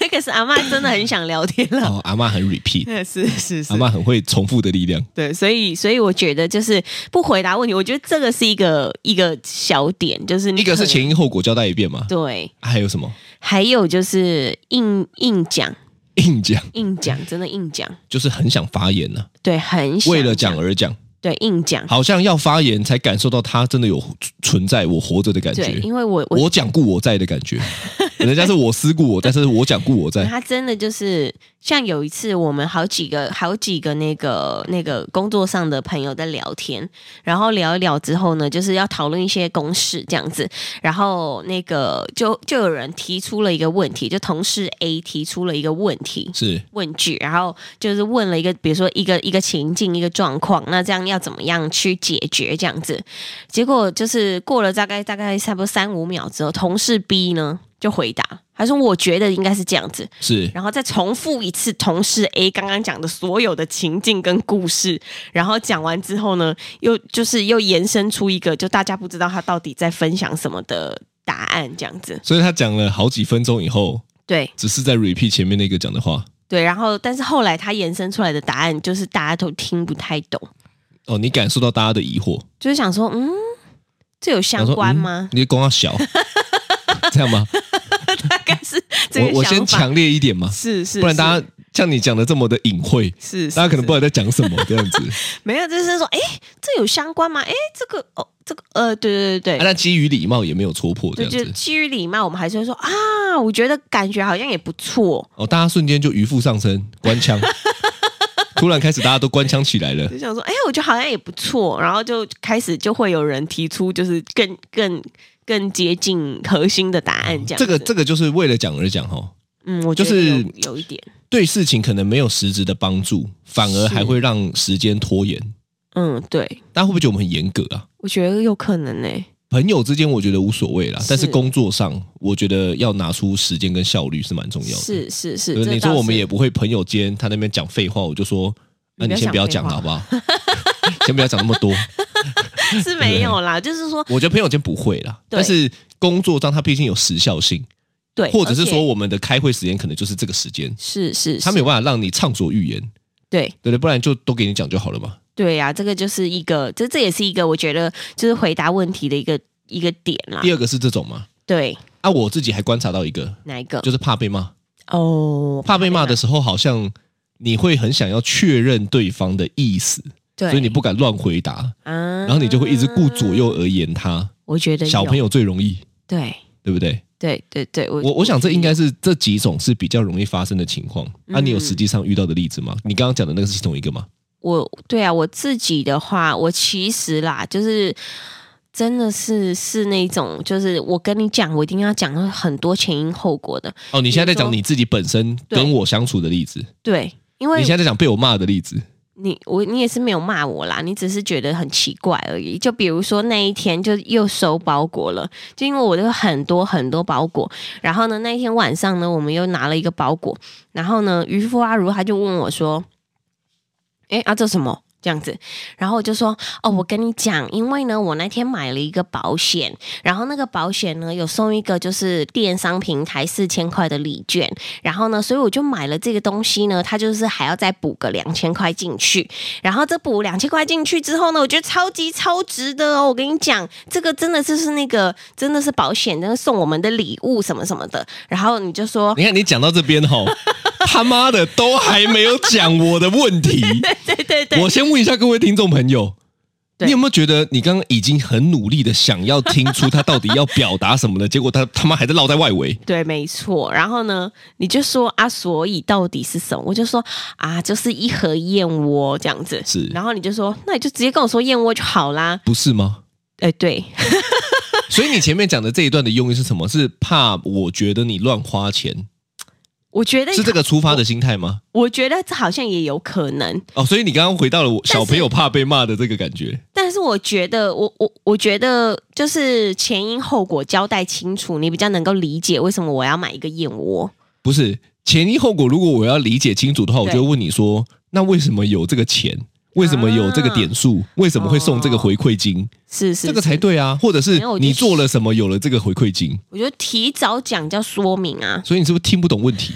[SPEAKER 2] 那个是阿妈真的很想聊天了。
[SPEAKER 3] 哦，阿妈很 repeat，
[SPEAKER 2] 是是是
[SPEAKER 3] 阿，妈很会重复的力量。
[SPEAKER 2] 对，所以所以我觉得就是不回答问题，我觉得这个是一个一个小点，就是你
[SPEAKER 3] 一个
[SPEAKER 2] 可
[SPEAKER 3] 是
[SPEAKER 2] 能
[SPEAKER 3] 前因后果交代一遍嘛，
[SPEAKER 2] 对，
[SPEAKER 3] 还有什么
[SPEAKER 2] 还有就是硬硬讲
[SPEAKER 3] 硬讲，
[SPEAKER 2] 硬讲，真的硬讲，
[SPEAKER 3] 就是很想发言呢、
[SPEAKER 2] 对，很想
[SPEAKER 3] 为了讲而讲，
[SPEAKER 2] 对硬讲，
[SPEAKER 3] 好像要发言才感受到她真的有存在，我活着的感
[SPEAKER 2] 对，
[SPEAKER 3] 觉。
[SPEAKER 2] 因为我我
[SPEAKER 3] 我讲故我在的感觉，人家是我思故我在，但是我讲故我在。
[SPEAKER 2] 他真的就是像有一次，我们好几个、好几个那个那个工作上的朋友在聊天，然后聊一聊之后呢，就是要讨论一些公式这样子，然后那个就就有人提出了一个问题，就同事 A 提出了一个问题
[SPEAKER 3] 是
[SPEAKER 2] 问句，然后就是问了一个，比如说一个一个情境、一个状况，那这样要怎么样去解决这样子？结果就是过了大概大概差不多三五秒之后，同事 B 呢就回答，他说我觉得应该是这样子，
[SPEAKER 3] 是
[SPEAKER 2] 然后再重复一次同事 A 刚刚讲的所有的情境跟故事，然后讲完之后呢，又就是又延伸出一个，就大家不知道他到底在分享什么的答案，这样子。
[SPEAKER 3] 所以他讲了好几分钟以后，
[SPEAKER 2] 对
[SPEAKER 3] 只是在 repeat 前面那个讲的话。
[SPEAKER 2] 对，然后但是后来他延伸出来的答案就是大家都听不太懂，
[SPEAKER 3] 哦，你感受到大家的疑惑，
[SPEAKER 2] 就是想说，嗯，这有相
[SPEAKER 3] 想说
[SPEAKER 2] 关
[SPEAKER 3] 嗯
[SPEAKER 2] 吗？
[SPEAKER 3] 你光 要小，这样吗？
[SPEAKER 2] 大概是这
[SPEAKER 3] 我
[SPEAKER 2] 个
[SPEAKER 3] 我
[SPEAKER 2] 想
[SPEAKER 3] 先
[SPEAKER 2] 法。
[SPEAKER 3] 强烈一点嘛，
[SPEAKER 2] 是是，
[SPEAKER 3] 不然大
[SPEAKER 2] 是
[SPEAKER 3] 家像你讲的这么的隐晦，
[SPEAKER 2] 是是
[SPEAKER 3] 大家可能不
[SPEAKER 2] 是
[SPEAKER 3] 知道在讲什么这样子。
[SPEAKER 2] 没有，就是说，哎，这有相关吗？哎，这个哦，这个呃，对对对
[SPEAKER 3] 啊
[SPEAKER 2] 对。
[SPEAKER 3] 那基于礼貌也没有戳破
[SPEAKER 2] 对，
[SPEAKER 3] 这样
[SPEAKER 2] 就
[SPEAKER 3] 子。
[SPEAKER 2] 基于礼貌，我们还是会说啊，我觉得感觉好像也不错，
[SPEAKER 3] 哦，大家瞬间就渔夫上身，官 腔，突然开始大家都官腔起来了。
[SPEAKER 2] 就想说，哎、我觉得好像也不错，然后就开始就会有人提出就是更更更接近核心的答案这样子。
[SPEAKER 3] 哦这个这个就是为了讲而讲哦，
[SPEAKER 2] 嗯，我觉得
[SPEAKER 3] 就是
[SPEAKER 2] 有有一点，
[SPEAKER 3] 对事情可能没有实质的帮助，反而
[SPEAKER 2] 是
[SPEAKER 3] 还会让时间拖延。
[SPEAKER 2] 嗯，对，
[SPEAKER 3] 大家会不会觉得我们很严格啊？
[SPEAKER 2] 我觉得有可能呢、欸
[SPEAKER 3] 朋友之间我觉得无所谓啦，
[SPEAKER 2] 是
[SPEAKER 3] 但是工作上，我觉得要拿出时间跟效率是蛮重要的。
[SPEAKER 2] 是是是，
[SPEAKER 3] 对，
[SPEAKER 2] 这
[SPEAKER 3] 你
[SPEAKER 2] 倒
[SPEAKER 3] 说我们
[SPEAKER 2] 是
[SPEAKER 3] 也不会朋友间他那边讲废话，我就说，那
[SPEAKER 2] 你不要
[SPEAKER 3] 你先不要
[SPEAKER 2] 讲废
[SPEAKER 3] 讲了，好不好？先不要讲那么多。
[SPEAKER 2] 是没有啦，就是说
[SPEAKER 3] 我觉得朋友间不会啦，
[SPEAKER 2] 对
[SPEAKER 3] 但是工作上它毕竟有时效性，
[SPEAKER 2] 对，
[SPEAKER 3] 或者是
[SPEAKER 2] 而且
[SPEAKER 3] 说我们的开会时间可能就是这个时间，
[SPEAKER 2] 是是，
[SPEAKER 3] 他
[SPEAKER 2] 是
[SPEAKER 3] 没有办法让你畅所欲言，
[SPEAKER 2] 对
[SPEAKER 3] 对不对？不然就都给你讲就好了嘛。
[SPEAKER 2] 对呀、这个就是一个，这这也是一个我觉得就是回答问题的一个一个点啦。
[SPEAKER 3] 第二个是这种嘛，
[SPEAKER 2] 对，
[SPEAKER 3] 啊，我自己还观察到一个，
[SPEAKER 2] 哪一个？
[SPEAKER 3] 就是怕被骂，
[SPEAKER 2] 哦，
[SPEAKER 3] 怕被骂的时候，好像你会很想要确认对方的意思，
[SPEAKER 2] 对，
[SPEAKER 3] 所以你不敢乱回答，
[SPEAKER 2] 啊，
[SPEAKER 3] 然后你就会一直顾左右而言他。
[SPEAKER 2] 我觉得有
[SPEAKER 3] 小朋友最容易，
[SPEAKER 2] 对
[SPEAKER 3] 对不对？
[SPEAKER 2] 对对对，我
[SPEAKER 3] 我我想这应该是这几种是比较容易发生的情况。
[SPEAKER 2] 嗯
[SPEAKER 3] 啊，你有实际上遇到的例子吗？你刚刚讲的那个是其中一个吗？
[SPEAKER 2] 我对啊，我自己的话，我其实啦，就是真的是是那种，就是我跟你讲，我一定要讲到很多前因后果的，
[SPEAKER 3] 哦，你现在在讲
[SPEAKER 2] 比如说
[SPEAKER 3] 你自己本身跟我相处的例子，
[SPEAKER 2] 对，因为
[SPEAKER 3] 你现在在讲被我骂的例子，
[SPEAKER 2] 你我你也是没有骂我啦，你只是觉得很奇怪而已。就比如说那一天就又收包裹了，就因为我有很多很多包裹，然后呢那一天晚上呢，我们又拿了一个包裹，然后呢渔夫阿如他就问我说：“诶，啊这什么？”这样子，然后我就说哦，我跟你讲，因为呢，我那天买了一个保险，然后那个保险呢有送一个就是电商平台四千块的礼券，然后呢，所以我就买了这个东西呢，它就是还要再补个两千块进去。然后这补两千块进去之后呢，我觉得超级超值的哦！我跟你讲，这个真的就是那个真的是保险，真的送我们的礼物什么什么的。然后你就说
[SPEAKER 3] 你看你讲到这边吼，他妈的都还没有讲我的问题。
[SPEAKER 2] 对对对，
[SPEAKER 3] 我先问一下各位听众朋友，
[SPEAKER 2] 对
[SPEAKER 3] 你有没有觉得你刚刚已经很努力的想要听出他到底要表达什么了？结果他他妈还在绕在外围。
[SPEAKER 2] 对，没错。然后呢，你就说啊，所以到底是什么？我就说啊，就是一盒燕窝这样子。
[SPEAKER 3] 是
[SPEAKER 2] 然后你就说，那你就直接跟我说燕窝就好啦。
[SPEAKER 3] 不是吗？
[SPEAKER 2] 哎，对，
[SPEAKER 3] 所以你前面讲的这一段的用意是什么？是怕我觉得你乱花钱，
[SPEAKER 2] 我觉得
[SPEAKER 3] 是这个出发的心态吗？
[SPEAKER 2] 我觉得这好像也有可能，
[SPEAKER 3] 哦，所以你刚刚回到了我
[SPEAKER 2] 但是
[SPEAKER 3] 小朋友怕被骂的这个感觉。
[SPEAKER 2] 但是我觉得，我我我觉得就是前因后果交代清楚，你比较能够理解为什么我要买一个燕窝。
[SPEAKER 3] 不是前因后果，如果我要理解清楚的话，我
[SPEAKER 2] 对
[SPEAKER 3] 就会问你说，那为什么有这个钱？为什么有这个点数？为什么会送这个回馈金？
[SPEAKER 2] 是是，
[SPEAKER 3] 这个
[SPEAKER 2] 是
[SPEAKER 3] 才。对啊！或者是
[SPEAKER 2] 没有我就
[SPEAKER 3] 你做了什么有了这个回馈金？
[SPEAKER 2] 我觉得提早讲叫说明啊，
[SPEAKER 3] 所以你是不是听不懂 问题？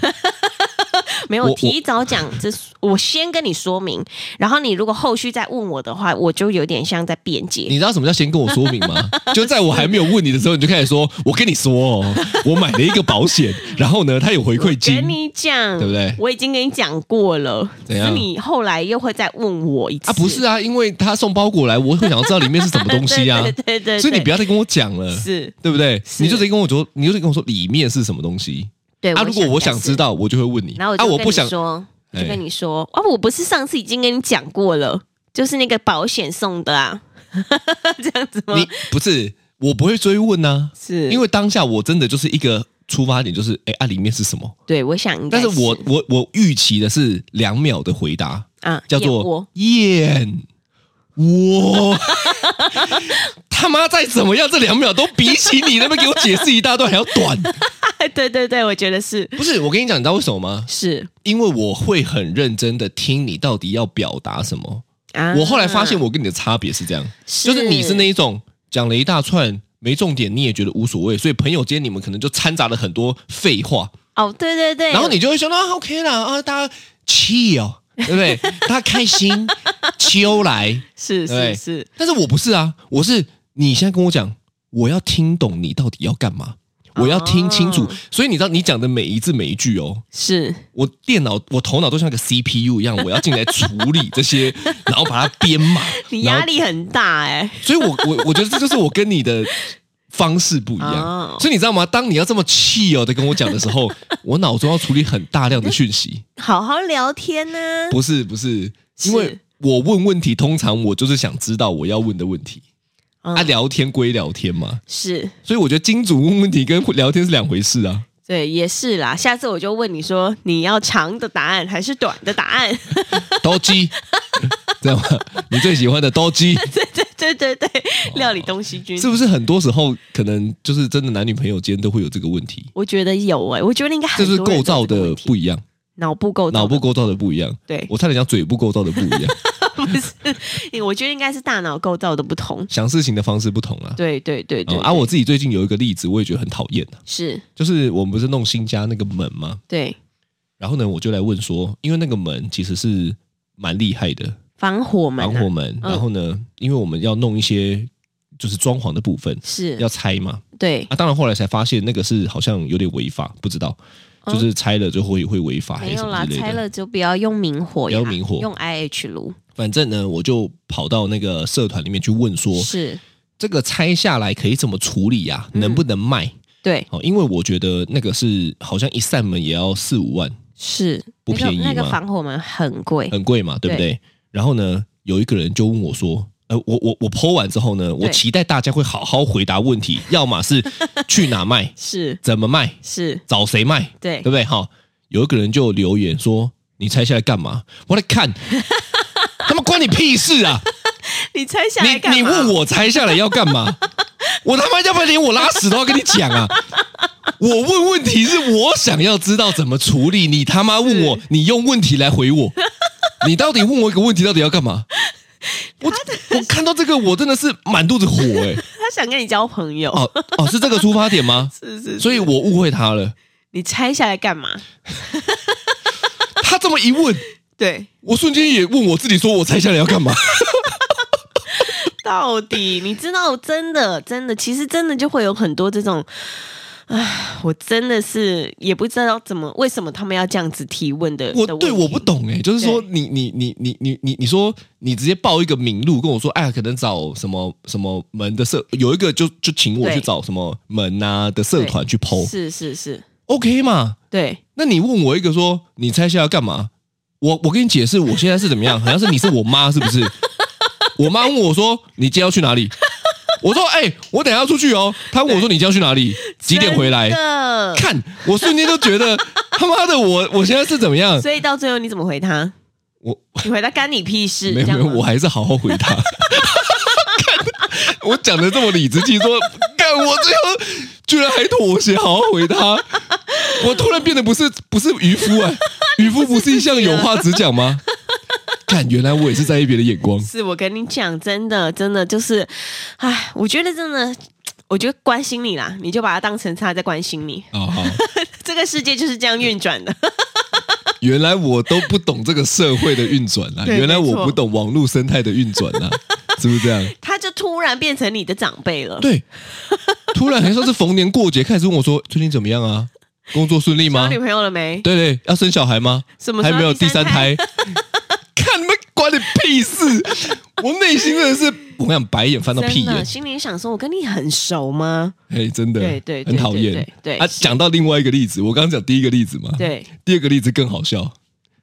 [SPEAKER 2] 没
[SPEAKER 3] 我
[SPEAKER 2] 有
[SPEAKER 3] 我
[SPEAKER 2] 提早讲，这是我先跟你说明，然后你如果后续再问我的话，我就有点像在辩
[SPEAKER 3] 你
[SPEAKER 2] 解。
[SPEAKER 3] 知道什么叫先跟我说明吗？ 就在我还没有问你的时候，你就开始说：“我跟你说哦，我买了一个保险， 然后呢，它有回馈金。
[SPEAKER 2] 跟”你讲，
[SPEAKER 3] 对不对
[SPEAKER 2] 我已经跟你讲过了，
[SPEAKER 3] 怎
[SPEAKER 2] 只
[SPEAKER 3] 样
[SPEAKER 2] 是你后来又会再问我一次
[SPEAKER 3] 啊，不是啊，因为他送包裹来，我会想要知道里面是什么东西啊，
[SPEAKER 2] 对对对对对，
[SPEAKER 3] 所以你不要再跟我讲了，
[SPEAKER 2] 是
[SPEAKER 3] 对不对？
[SPEAKER 2] 是
[SPEAKER 3] 你就直接跟我说，你就直接跟我说里面是什么东西
[SPEAKER 2] 对。
[SPEAKER 3] 啊。如果我想
[SPEAKER 2] 应该是
[SPEAKER 3] 知道，我就会问你。
[SPEAKER 2] 然后我
[SPEAKER 3] 啊，
[SPEAKER 2] 就
[SPEAKER 3] 我
[SPEAKER 2] 跟
[SPEAKER 3] 不
[SPEAKER 2] 你
[SPEAKER 3] 想，
[SPEAKER 2] 说，我就
[SPEAKER 3] 哎
[SPEAKER 2] 跟你说，啊，我不是上次已经跟你讲过了，就是那个保险送的啊， 这样子吗
[SPEAKER 3] 你？不是，我不会追问呐，
[SPEAKER 2] 是
[SPEAKER 3] 因为当下我真的就是一个出发点，就是哎啊，里面是什么？
[SPEAKER 2] 对，我想应该
[SPEAKER 3] 但是我我我预期的是两秒的回答，
[SPEAKER 2] 啊，
[SPEAKER 3] 叫
[SPEAKER 2] 燕窝
[SPEAKER 3] 做燕窝。 他妈再怎么样，这两秒都比起你那边给我解释一大段还要短。
[SPEAKER 2] 对对对，我觉得是
[SPEAKER 3] 不是，我跟你讲，你知道为什么吗？
[SPEAKER 2] 是
[SPEAKER 3] 因为我会很认真的听你到底要表达什么。
[SPEAKER 2] 啊。
[SPEAKER 3] 我后来发现，我跟你的差别是这样，就是你是那一种讲了一大串没重点，你也觉得无所谓，所以朋友间你们可能就掺杂了很多废话，
[SPEAKER 2] 哦，对对对，
[SPEAKER 3] 然后你就会说啊 OK 啦啊，大家 chill，对不对？大家开心 chill 来，
[SPEAKER 2] 是是
[SPEAKER 3] 对
[SPEAKER 2] 是，
[SPEAKER 3] 但是我不是啊，我是你现在跟我讲，我要听懂你到底要干嘛，我要听清楚。
[SPEAKER 2] 哦
[SPEAKER 3] 所以你知道你讲的每一字每一句哦，
[SPEAKER 2] 是
[SPEAKER 3] 我电脑我头脑都像个 CPU 一样，我要进来处理这些，然后把它编码。
[SPEAKER 2] 你
[SPEAKER 3] 然后
[SPEAKER 2] 压力很大哎、
[SPEAKER 3] 所以我我我觉得这就是我跟你的方式不一样。
[SPEAKER 2] 哦
[SPEAKER 3] 所以你知道吗？当你要这么气哦的跟我讲的时 候，我脑中要处理很大量的讯息。
[SPEAKER 2] 好好聊天啊呢、
[SPEAKER 3] 不是不是，
[SPEAKER 2] 是
[SPEAKER 3] 因为我问问题，通常我就是想知道我要问的问题。
[SPEAKER 2] 嗯
[SPEAKER 3] 啊，聊天归聊天嘛，
[SPEAKER 2] 是
[SPEAKER 3] 所以我觉得金主问问题跟聊天是两回事 啊。
[SPEAKER 2] 对，也是啦。下次我就问你说，你要长的答案还是短的答案？
[SPEAKER 3] 刀鸡， 知道吗？你最喜欢的刀鸡，
[SPEAKER 2] 对对对对，料理东西君
[SPEAKER 3] 哦是。不是很多时候可能就是真的男女朋友间都会有这个问题？
[SPEAKER 2] 我觉得有哎、我觉得应该
[SPEAKER 3] 这
[SPEAKER 2] 很
[SPEAKER 3] 是
[SPEAKER 2] 多人
[SPEAKER 3] 构造
[SPEAKER 2] 都有这个
[SPEAKER 3] 的
[SPEAKER 2] 问题
[SPEAKER 3] 不一样，
[SPEAKER 2] 脑部构造
[SPEAKER 3] 脑部
[SPEAKER 2] 的
[SPEAKER 3] 构造的不一样。
[SPEAKER 2] 对，
[SPEAKER 3] 我差点讲嘴部构造的不一样，
[SPEAKER 2] 不是，我觉得应该是大脑构造的不同。
[SPEAKER 3] 想事情的方式不同啊。
[SPEAKER 2] 对对对对，
[SPEAKER 3] 嗯啊，我自己最近有一个例子，我也觉得很讨厌啊，
[SPEAKER 2] 是
[SPEAKER 3] 就是我们不是弄新家那个门吗？
[SPEAKER 2] 对
[SPEAKER 3] 然后呢，我就来问说，因为那个门其实是蛮厉害的
[SPEAKER 2] 防火门、啊，
[SPEAKER 3] 防火门，
[SPEAKER 2] 嗯
[SPEAKER 3] 然后呢，因为我们要弄一些就是装潢的部分，
[SPEAKER 2] 是
[SPEAKER 3] 要拆嘛。
[SPEAKER 2] 对，
[SPEAKER 3] 啊，当然后来才发现那个是好像有点违法，不知道，
[SPEAKER 2] 嗯
[SPEAKER 3] 就是拆了就会会违法还
[SPEAKER 2] 没
[SPEAKER 3] 是什
[SPEAKER 2] 有
[SPEAKER 3] 么
[SPEAKER 2] 啦，
[SPEAKER 3] 之类
[SPEAKER 2] 拆
[SPEAKER 3] 的。
[SPEAKER 2] 了就不要用明火
[SPEAKER 3] 不
[SPEAKER 2] 呀，
[SPEAKER 3] 要明火
[SPEAKER 2] 用 IH 炉
[SPEAKER 3] 反正呢，我就跑到那个社团里面去问说，
[SPEAKER 2] 是，
[SPEAKER 3] 这个拆下来可以怎么处理呀、
[SPEAKER 2] 嗯
[SPEAKER 3] 能不能卖？
[SPEAKER 2] 对
[SPEAKER 3] 哦，因为我觉得那个是好像一扇门也要四五万，
[SPEAKER 2] 是
[SPEAKER 3] 不
[SPEAKER 2] 那个
[SPEAKER 3] 便宜呃
[SPEAKER 2] 那个
[SPEAKER 3] 嘛
[SPEAKER 2] 防火门很贵，
[SPEAKER 3] 很贵嘛，对不对？然后呢，有一个人就问我说：“呃，我我我剖完之后呢，我期待大家会好好回答问题，要么是去哪卖，
[SPEAKER 2] 是
[SPEAKER 3] 怎么卖，
[SPEAKER 2] 是，
[SPEAKER 3] 找谁卖，
[SPEAKER 2] 对
[SPEAKER 3] 对不对？哈、有一个人就留言说：“你拆下来干嘛？”我来看，他妈关你屁事啊！
[SPEAKER 2] 你拆下来干
[SPEAKER 3] 你
[SPEAKER 2] 嘛？
[SPEAKER 3] 你问我拆下来要干 嘛？我他妈要不然连我拉屎都要跟你讲啊！我问问题是我想要知道怎么处理，你他妈问我，你用问题来回我，你到底问我一个问题，到底要干 嘛？我我看到这个，我真的是满肚子火哎、
[SPEAKER 2] 他想跟你交朋友，
[SPEAKER 3] 哦哦，是这个出发点吗？
[SPEAKER 2] 是是，
[SPEAKER 3] 所以我误会他了。
[SPEAKER 2] 你拆下来干嘛？
[SPEAKER 3] 他这么一问，
[SPEAKER 2] 对，
[SPEAKER 3] 我瞬间也问我自己，说我拆下来要干嘛？
[SPEAKER 2] 到底你知道，真的真的，其实真的就会有很多这种。唉，我真的是也不知道怎么为什么他们要这样子提问的。
[SPEAKER 3] 我
[SPEAKER 2] 的问
[SPEAKER 3] 对我
[SPEAKER 2] 题
[SPEAKER 3] 不懂哎、就是说你你你你你你你说你直接报一个名录跟我说，哎呀，可能找什么什么门的社，有一个就就请我
[SPEAKER 2] 对
[SPEAKER 3] 去找什么门啊的社团去剖
[SPEAKER 2] 是是是，
[SPEAKER 3] ，OK 嘛？
[SPEAKER 2] 对，
[SPEAKER 3] 那你问我一个说，你猜下要干嘛？我我跟你解释，我现在是怎么样？好像是你是我妈是不是？我妈问我说，你今天要去哪里？我说，哎、我等一下要出去哦。她问我说，你今天要去哪里？几点回来
[SPEAKER 2] 真？的
[SPEAKER 3] 看，我瞬间就觉得他妈的我，我现在是怎么 样？
[SPEAKER 2] 所以到最后你怎么回他？
[SPEAKER 3] 我
[SPEAKER 2] 你回他干你屁事？
[SPEAKER 3] 没有
[SPEAKER 2] 这
[SPEAKER 3] 没
[SPEAKER 2] 样
[SPEAKER 3] 有，
[SPEAKER 2] 吗
[SPEAKER 3] 我还是好好回答。 我讲的这么理直气壮， 干我最后居然还妥协，好好回答。我突然变得不是不是渔 夫啊，渔夫不是一向有话直讲吗？干，原来我也是在意别人的眼光。
[SPEAKER 2] 是我跟你讲，真的真的就是，唉，我觉得真的。我觉得关心你啦，你就把他当成他在关心你。
[SPEAKER 3] 哦，好，
[SPEAKER 2] 这个世界就是这样运转的。
[SPEAKER 3] 原来我都不懂这个社会的运转啊，
[SPEAKER 2] 对
[SPEAKER 3] 原来
[SPEAKER 2] 没
[SPEAKER 3] 我
[SPEAKER 2] 错
[SPEAKER 3] 不懂网络生态的运转啊，是不是这样？
[SPEAKER 2] 他就突然变成你的长辈了。
[SPEAKER 3] 对，突然还说是逢年过节开始问我说最近怎么样啊，工作顺利
[SPEAKER 2] 交
[SPEAKER 3] 吗
[SPEAKER 2] 女？朋友了没？
[SPEAKER 3] 对对，要生小孩吗？
[SPEAKER 2] 什么时
[SPEAKER 3] 还
[SPEAKER 2] 候
[SPEAKER 3] 没有第
[SPEAKER 2] 第三
[SPEAKER 3] 三胎
[SPEAKER 2] 胎，
[SPEAKER 3] 看你们关你屁事！ 我内心真的是，我跟你讲，白眼翻到屁
[SPEAKER 2] 真的，
[SPEAKER 3] 眼，
[SPEAKER 2] 心里想说，我跟你很熟 吗？
[SPEAKER 3] 哎，真的，
[SPEAKER 2] 对对对
[SPEAKER 3] 很讨
[SPEAKER 2] 对。
[SPEAKER 3] 厌
[SPEAKER 2] 对对
[SPEAKER 3] 啊，讲到另外一个例子，我刚刚讲第一个例子嘛，
[SPEAKER 2] 对，
[SPEAKER 3] 第二个例子更好笑。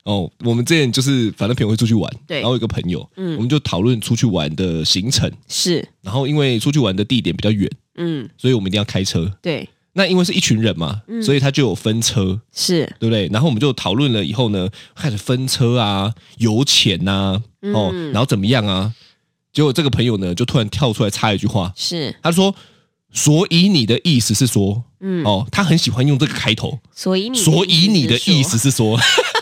[SPEAKER 3] 哦，我们之前就是反正朋友会出去玩，
[SPEAKER 2] 对
[SPEAKER 3] 然后有一个朋友，
[SPEAKER 2] 嗯
[SPEAKER 3] 我们就讨论出去玩的行程，
[SPEAKER 2] 是，
[SPEAKER 3] 然后因为出去玩的地点比较远，
[SPEAKER 2] 嗯，
[SPEAKER 3] 所以我们一定要开车。
[SPEAKER 2] 对，
[SPEAKER 3] 那因为是一群人嘛，
[SPEAKER 2] 嗯
[SPEAKER 3] 所以他就有分车，
[SPEAKER 2] 是，
[SPEAKER 3] 对不对？然后我们就讨论了以后呢，开始分车啊、油钱呐、
[SPEAKER 2] 嗯
[SPEAKER 3] 哦，然后怎么样啊？结果这个朋友呢，就突然跳出来插一句话，
[SPEAKER 2] 是，
[SPEAKER 3] 他说：“所以你的意思是说，
[SPEAKER 2] 嗯，
[SPEAKER 3] 哦，他很喜欢用这个开头，
[SPEAKER 2] 所以你
[SPEAKER 3] 所以你的意思是说，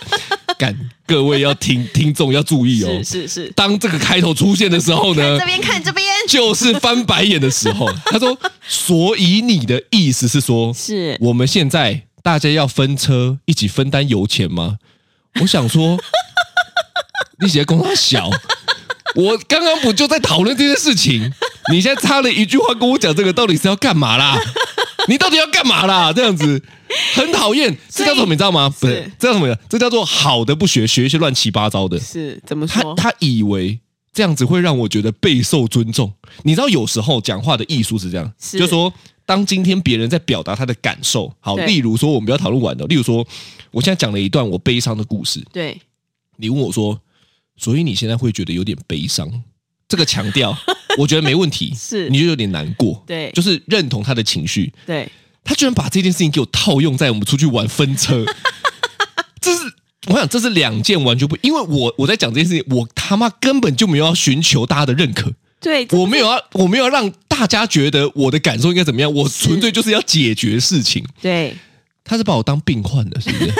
[SPEAKER 3] 干各位 要听听众要注意哦，
[SPEAKER 2] 是是是，
[SPEAKER 3] 当这个开头出现的时候
[SPEAKER 2] 看
[SPEAKER 3] 呢
[SPEAKER 2] 这，边 看这边
[SPEAKER 3] 呃就是翻白眼的时候。他说，所以你的意思是说，
[SPEAKER 2] 是
[SPEAKER 3] 我们现在大家要分车，一起分担油钱吗？我想说， 你姐公他小，我刚刚不就在讨论这件事情？你现在插了一句话跟我讲这个，到底是要干嘛啦？你到底要干嘛啦？这样子很讨厌，这
[SPEAKER 2] 所以
[SPEAKER 3] 叫什么？你知道吗？不是
[SPEAKER 2] 是，
[SPEAKER 3] 这叫什么？这叫做好的不学，学一些乱七八糟的。
[SPEAKER 2] 是怎么
[SPEAKER 3] 他
[SPEAKER 2] 说？
[SPEAKER 3] 他以为这样子会让我觉得备受尊重。你知道，有时候讲话的艺术是这样，
[SPEAKER 2] 是
[SPEAKER 3] 就说当今天别人在表达他的感受，好，
[SPEAKER 2] 对
[SPEAKER 3] 例如说我们不要讨论完的，例如说我现在讲了一段我悲伤的故事，
[SPEAKER 2] 对，
[SPEAKER 3] 你问我说，所以你现在会觉得有点悲伤，这个 强调我觉得没问题，
[SPEAKER 2] 是
[SPEAKER 3] 你就有点难过，
[SPEAKER 2] 对
[SPEAKER 3] 就是认同他的情绪，
[SPEAKER 2] 对，
[SPEAKER 3] 他居然把这件事情给我套用在我们出去玩分车，这是我想这是两件完全不，因为我我在讲这件事情，我他妈根本就没有要寻求大家的认可，
[SPEAKER 2] 对，这
[SPEAKER 3] 我没有要我没有要让大家觉得我的感受应该怎么样，我纯粹就是要解决事情。
[SPEAKER 2] 对
[SPEAKER 3] 他是把我当病患的，是不是？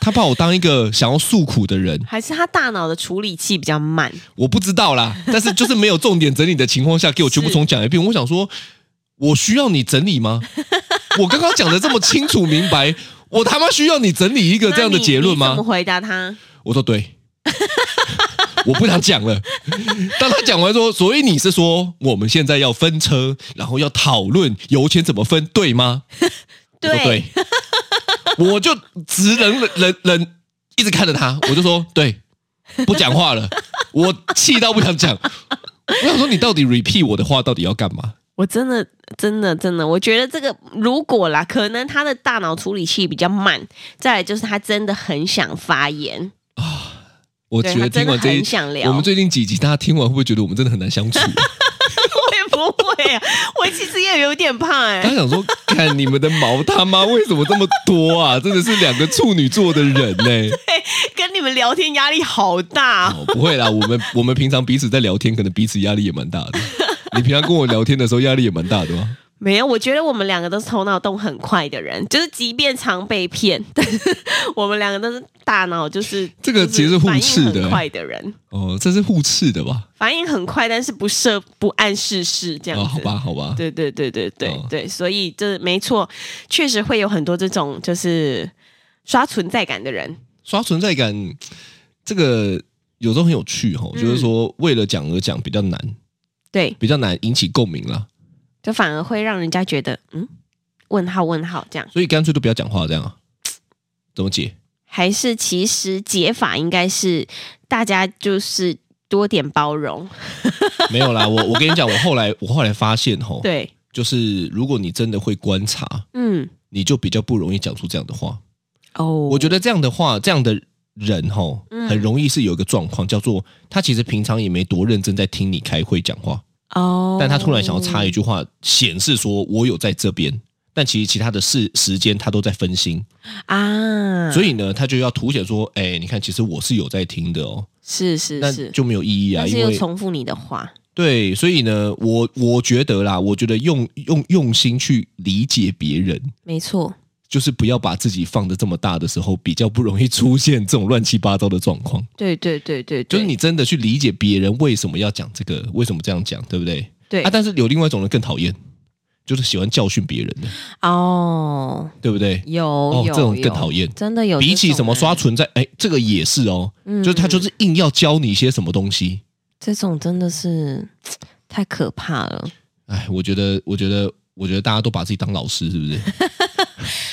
[SPEAKER 3] 他把我当一个想要诉苦的人，
[SPEAKER 2] 还是他大脑的处理器比较慢，
[SPEAKER 3] 我不知道 啦，但是就是没有重点整理的情况下，给我全部重讲一遍。我想说，我需要你整 理吗？我刚刚讲的这么清楚明白，我他妈需要你整理一个这样的结论
[SPEAKER 2] 那你你怎
[SPEAKER 3] 吗
[SPEAKER 2] 么？回答他？
[SPEAKER 3] 我说对， 我不想讲了。当他讲完说，所以你是说我们现在要分车，然后要讨论油钱怎么分，对吗？我说
[SPEAKER 2] 对，
[SPEAKER 3] 对，我就直冷冷冷冷一直看着他，我 就说对，不讲话了，我气到不想讲。我想说，你到底 repeat 我的话，到底要干嘛？
[SPEAKER 2] 我真的真的真的，我觉得这个如果啦，可能他的大脑处理器比较慢，再来就是他真的很想发言，
[SPEAKER 3] 我
[SPEAKER 2] 对
[SPEAKER 3] 觉
[SPEAKER 2] 他
[SPEAKER 3] 得
[SPEAKER 2] 真
[SPEAKER 3] 听
[SPEAKER 2] 的
[SPEAKER 3] 完这一
[SPEAKER 2] 很，想聊。
[SPEAKER 3] 我们最近几集，大家听完会不会觉得我们真的很难 相处？
[SPEAKER 2] 会不会啊？我其实也有点怕哎、
[SPEAKER 3] 大家想说，看你们的毛他妈为什么这么多啊？真的是两个处女座的人 呢、
[SPEAKER 2] 跟你们聊天压力好大、哦。
[SPEAKER 3] 哦，不会啦，我们我们平常彼此在聊天，可能彼此压力也蛮大的。你平常跟我聊天的时候，压力也蛮大的吗？
[SPEAKER 2] 没有，我觉得我们两个都是头脑动很快的人，就是即便常被骗，但是我们两个都是大脑就是
[SPEAKER 3] 这个其实是
[SPEAKER 2] 就是
[SPEAKER 3] 互
[SPEAKER 2] 反
[SPEAKER 3] 斥
[SPEAKER 2] 应
[SPEAKER 3] 的
[SPEAKER 2] 很快的人，
[SPEAKER 3] 哦，这是互斥的吧？
[SPEAKER 2] 反应很快，但是不涉不谙世事这样
[SPEAKER 3] 哦，
[SPEAKER 2] 子。
[SPEAKER 3] 好吧，好吧，
[SPEAKER 2] 对对对对对
[SPEAKER 3] 哦
[SPEAKER 2] 对，所以这没错，确实会有很多这种就是刷存在感的人。
[SPEAKER 3] 刷存在感这个有时候很有趣哈、哦，
[SPEAKER 2] 嗯
[SPEAKER 3] 就是说为了讲而讲比较难，
[SPEAKER 2] 对，
[SPEAKER 3] 比较难引起共鸣啦，
[SPEAKER 2] 就反而会让人家觉得，嗯，问号问号这样，
[SPEAKER 3] 所以干脆都不要讲话这样啊？怎么解？
[SPEAKER 2] 还是其实解法应该是大家就是多点包容，
[SPEAKER 3] 哦没有啦，我我跟你讲，我后来我后来发现哈、哦，
[SPEAKER 2] 对，
[SPEAKER 3] 就是如果你真的会观察，
[SPEAKER 2] 嗯，
[SPEAKER 3] 你就比较不容易讲出这样的话。
[SPEAKER 2] 哦，
[SPEAKER 3] 我觉得这样的话，这样的人哈、哦，
[SPEAKER 2] 嗯
[SPEAKER 3] 很容易是有一个状况，叫做他其实平常也没多认真在听你开会讲话，
[SPEAKER 2] 得哦，
[SPEAKER 3] 但他突然想要插一
[SPEAKER 2] 句，
[SPEAKER 3] 句话，显示说我有在这边，但其实其他的事时间他都在分心，
[SPEAKER 2] 啊，
[SPEAKER 3] 所
[SPEAKER 2] 以
[SPEAKER 3] 以呢，他就要凸显说，哎、你看，其实我是有在听的哦，
[SPEAKER 2] 是是
[SPEAKER 3] 那
[SPEAKER 2] 是，
[SPEAKER 3] 就没有意义啊，
[SPEAKER 2] 但是
[SPEAKER 3] 因
[SPEAKER 2] 又
[SPEAKER 3] 为
[SPEAKER 2] 重复你的话，
[SPEAKER 3] 对，所以呢，我我觉得啦，我觉得用用用心去理解别人。
[SPEAKER 2] 没错，
[SPEAKER 3] 就是不要把自己放的这么大的时候，比较不容易出现这种乱七八糟的状况。
[SPEAKER 2] 对对对对，
[SPEAKER 3] 就是
[SPEAKER 2] 对
[SPEAKER 3] 你真的去理解别人为什么要讲这个，为什么这样讲，对不对？
[SPEAKER 2] 对
[SPEAKER 3] 啊，但是有另外一种人更讨厌，就是喜欢教训别人的，
[SPEAKER 2] 哦，
[SPEAKER 3] 对不对？
[SPEAKER 2] 有
[SPEAKER 3] 哦
[SPEAKER 2] 有
[SPEAKER 3] 这种更
[SPEAKER 2] 有
[SPEAKER 3] 讨厌
[SPEAKER 2] 真的有
[SPEAKER 3] 比
[SPEAKER 2] 这
[SPEAKER 3] 起
[SPEAKER 2] 种
[SPEAKER 3] 什么
[SPEAKER 2] 人
[SPEAKER 3] 刷存在，哎，这个也是哦，
[SPEAKER 2] 嗯
[SPEAKER 3] 就是他就是硬要教你一些什么东西。
[SPEAKER 2] 这种真的是太可怕了
[SPEAKER 3] 哎，我觉得，我觉得，我觉得大家都把自己当老 师，是不是？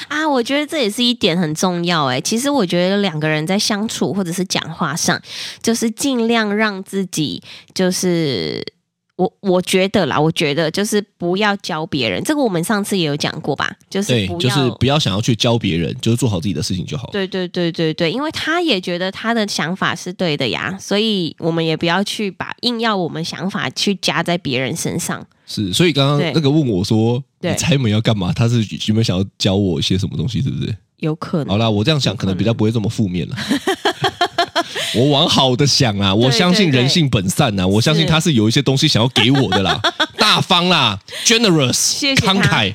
[SPEAKER 2] 啊！我觉得这也是一点很重要哎。其实我觉得两个人在相处或者是讲话上，就是尽量让自己就是。我我觉得啦，我觉得就是不要教别人，这个我们上次也有讲过吧，就是
[SPEAKER 3] 对，
[SPEAKER 2] 不
[SPEAKER 3] 就
[SPEAKER 2] 要
[SPEAKER 3] 是不要想要去教别人，就是做好自己的事情就好。
[SPEAKER 2] 对对对对对，因为他也觉得他的想法是对的呀，所以我们也不要去把硬要我们想法去加在别人身上。
[SPEAKER 3] 是，所以刚刚
[SPEAKER 2] 对
[SPEAKER 3] 那个问我说，
[SPEAKER 2] 对
[SPEAKER 3] 你猜门要干嘛？他是有没有想要教我一些什么东西，是不是？
[SPEAKER 2] 有可
[SPEAKER 3] 好
[SPEAKER 2] 能，
[SPEAKER 3] 啦，我这样想可能比较不会这么 负面了。我往好的想啊，我相信人性本善啊，我相信他是有一些东西想要给我的啦。大 大方啦，generous，
[SPEAKER 2] 谢谢他
[SPEAKER 3] 慷慨，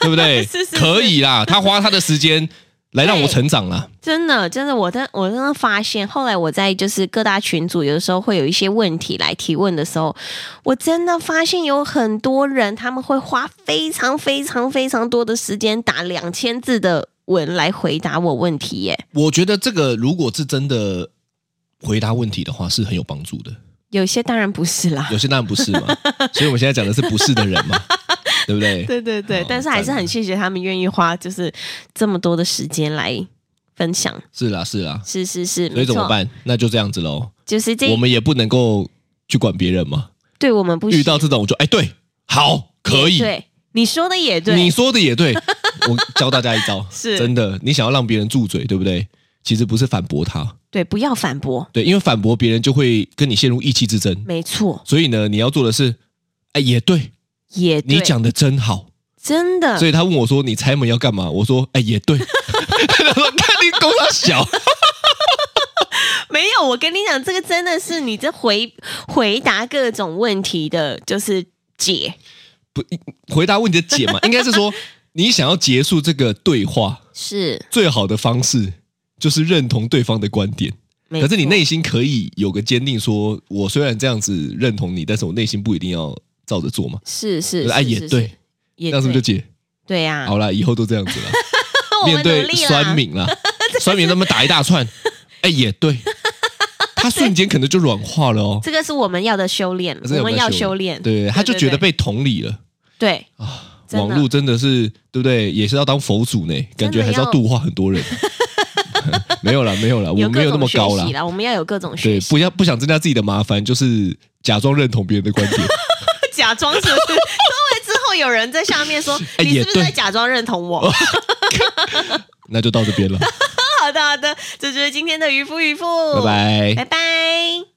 [SPEAKER 3] 对不对？
[SPEAKER 2] 是是是
[SPEAKER 3] 可以啦，他花他的时间来让我成长啦。
[SPEAKER 2] 真的，真的，我真我真的发现，后来我在就是各大群组，有的时候会有一些问题来提问的时候，我真的发现有很多人他们会花非常非常非常多的时间打两千字的文来回答我问题耶。
[SPEAKER 3] 我觉得这个如果是真的回答问题的话，是很有帮助的。
[SPEAKER 2] 有些当然不是啦，
[SPEAKER 3] 有些当然不 是嘛，所以我们现在讲的是不是的人嘛，对不对？
[SPEAKER 2] 对对对
[SPEAKER 3] 哦，
[SPEAKER 2] 但是还是
[SPEAKER 3] 赞
[SPEAKER 2] 很谢谢他们愿意花就是这么多的时间来分享。
[SPEAKER 3] 是啦，是啦，
[SPEAKER 2] 是是是，
[SPEAKER 3] 所
[SPEAKER 2] 没
[SPEAKER 3] 以怎么
[SPEAKER 2] 错，
[SPEAKER 3] 办？那就这样子喽，
[SPEAKER 2] 就是这
[SPEAKER 3] 我们也不能够去管别人嘛。
[SPEAKER 2] 对我们不
[SPEAKER 3] 遇
[SPEAKER 2] 行
[SPEAKER 3] 到这种我就哎，对，好，可以，
[SPEAKER 2] 对你说的也对，
[SPEAKER 3] 你说的也对， 我教大家一招，
[SPEAKER 2] 是
[SPEAKER 3] 真的，你想要让别人住嘴，对不对？其实不是反驳他，
[SPEAKER 2] 对，不要反驳，
[SPEAKER 3] 对，因为反驳别人就会跟你陷入意气之争。
[SPEAKER 2] 没错，
[SPEAKER 3] 所以呢，你要做的是，哎，也对，
[SPEAKER 2] 也对嗯
[SPEAKER 3] 你讲的真好。
[SPEAKER 2] 真的
[SPEAKER 3] 所以他问我说：“你猜门要干嘛？”我说：“哎，也对。” 他说：“看你功他小。
[SPEAKER 2] 没有。我跟你讲，这个真的是你这回回答各种问题的，就是解，”
[SPEAKER 3] 回答问题的解 嘛，应该是说你想要结束这个对话，
[SPEAKER 2] 是
[SPEAKER 3] 最好的方式就是认同对方的观点。
[SPEAKER 2] 没
[SPEAKER 3] 可是你
[SPEAKER 2] 错
[SPEAKER 3] 内心可以有个坚定说，我虽然这样子认同你，但是我内心不一定要照着做嘛。
[SPEAKER 2] 是是
[SPEAKER 3] 哎、啊，
[SPEAKER 2] 是
[SPEAKER 3] 也
[SPEAKER 2] 是
[SPEAKER 3] 对
[SPEAKER 2] 是，也
[SPEAKER 3] 这样是不是就
[SPEAKER 2] 对，
[SPEAKER 3] 解？
[SPEAKER 2] 对呀，
[SPEAKER 3] 好啦，以后都这样子啦。
[SPEAKER 2] 我们
[SPEAKER 3] 面对
[SPEAKER 2] 努力啊啦
[SPEAKER 3] 酸，敏啦，酸敏他们打一大串，哎、也对，他瞬间可能就软化 了哦。
[SPEAKER 2] 这个是我们要的修炼，
[SPEAKER 3] 这个
[SPEAKER 2] 我们要
[SPEAKER 3] 没
[SPEAKER 2] 修炼，
[SPEAKER 3] 对，他就觉得
[SPEAKER 2] 对
[SPEAKER 3] 被同理了
[SPEAKER 2] 对。
[SPEAKER 3] 啊。
[SPEAKER 2] 真的
[SPEAKER 3] 网络真的是对不对？也是要当佛祖呢，感觉还是要
[SPEAKER 2] 要
[SPEAKER 3] 度化很 多人。没有啦，没有啦，我
[SPEAKER 2] 有
[SPEAKER 3] 没
[SPEAKER 2] 各
[SPEAKER 3] 有那
[SPEAKER 2] 种
[SPEAKER 3] 么
[SPEAKER 2] 学
[SPEAKER 3] 高啦
[SPEAKER 2] 习。啦，我们要有各种
[SPEAKER 3] 对
[SPEAKER 2] 学，习，
[SPEAKER 3] 不要不想增加自己的麻烦，就是假装认同别人的观点。
[SPEAKER 2] 假装是不是？ 因为之后有人在下面说，
[SPEAKER 3] 哎
[SPEAKER 2] 你
[SPEAKER 3] 也
[SPEAKER 2] 是不是在
[SPEAKER 3] 对
[SPEAKER 2] 假装认同 我？
[SPEAKER 3] 那就到这边了，
[SPEAKER 2] 好的，好的，这就是今天的渔夫渔夫，
[SPEAKER 3] 拜拜
[SPEAKER 2] 拜拜。